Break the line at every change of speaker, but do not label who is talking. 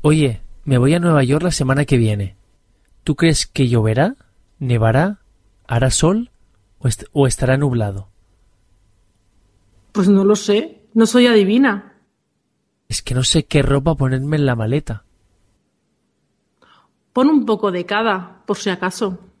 Oye, me voy a Nueva York la semana que viene. ¿Tú crees que lloverá? ¿Nevará? ¿Hará sol? ¿O, est- o estará nublado?
Pues no lo sé, no soy adivina.
Es que no sé qué ropa ponerme en la maleta.
Pon un poco de cada, por si acaso.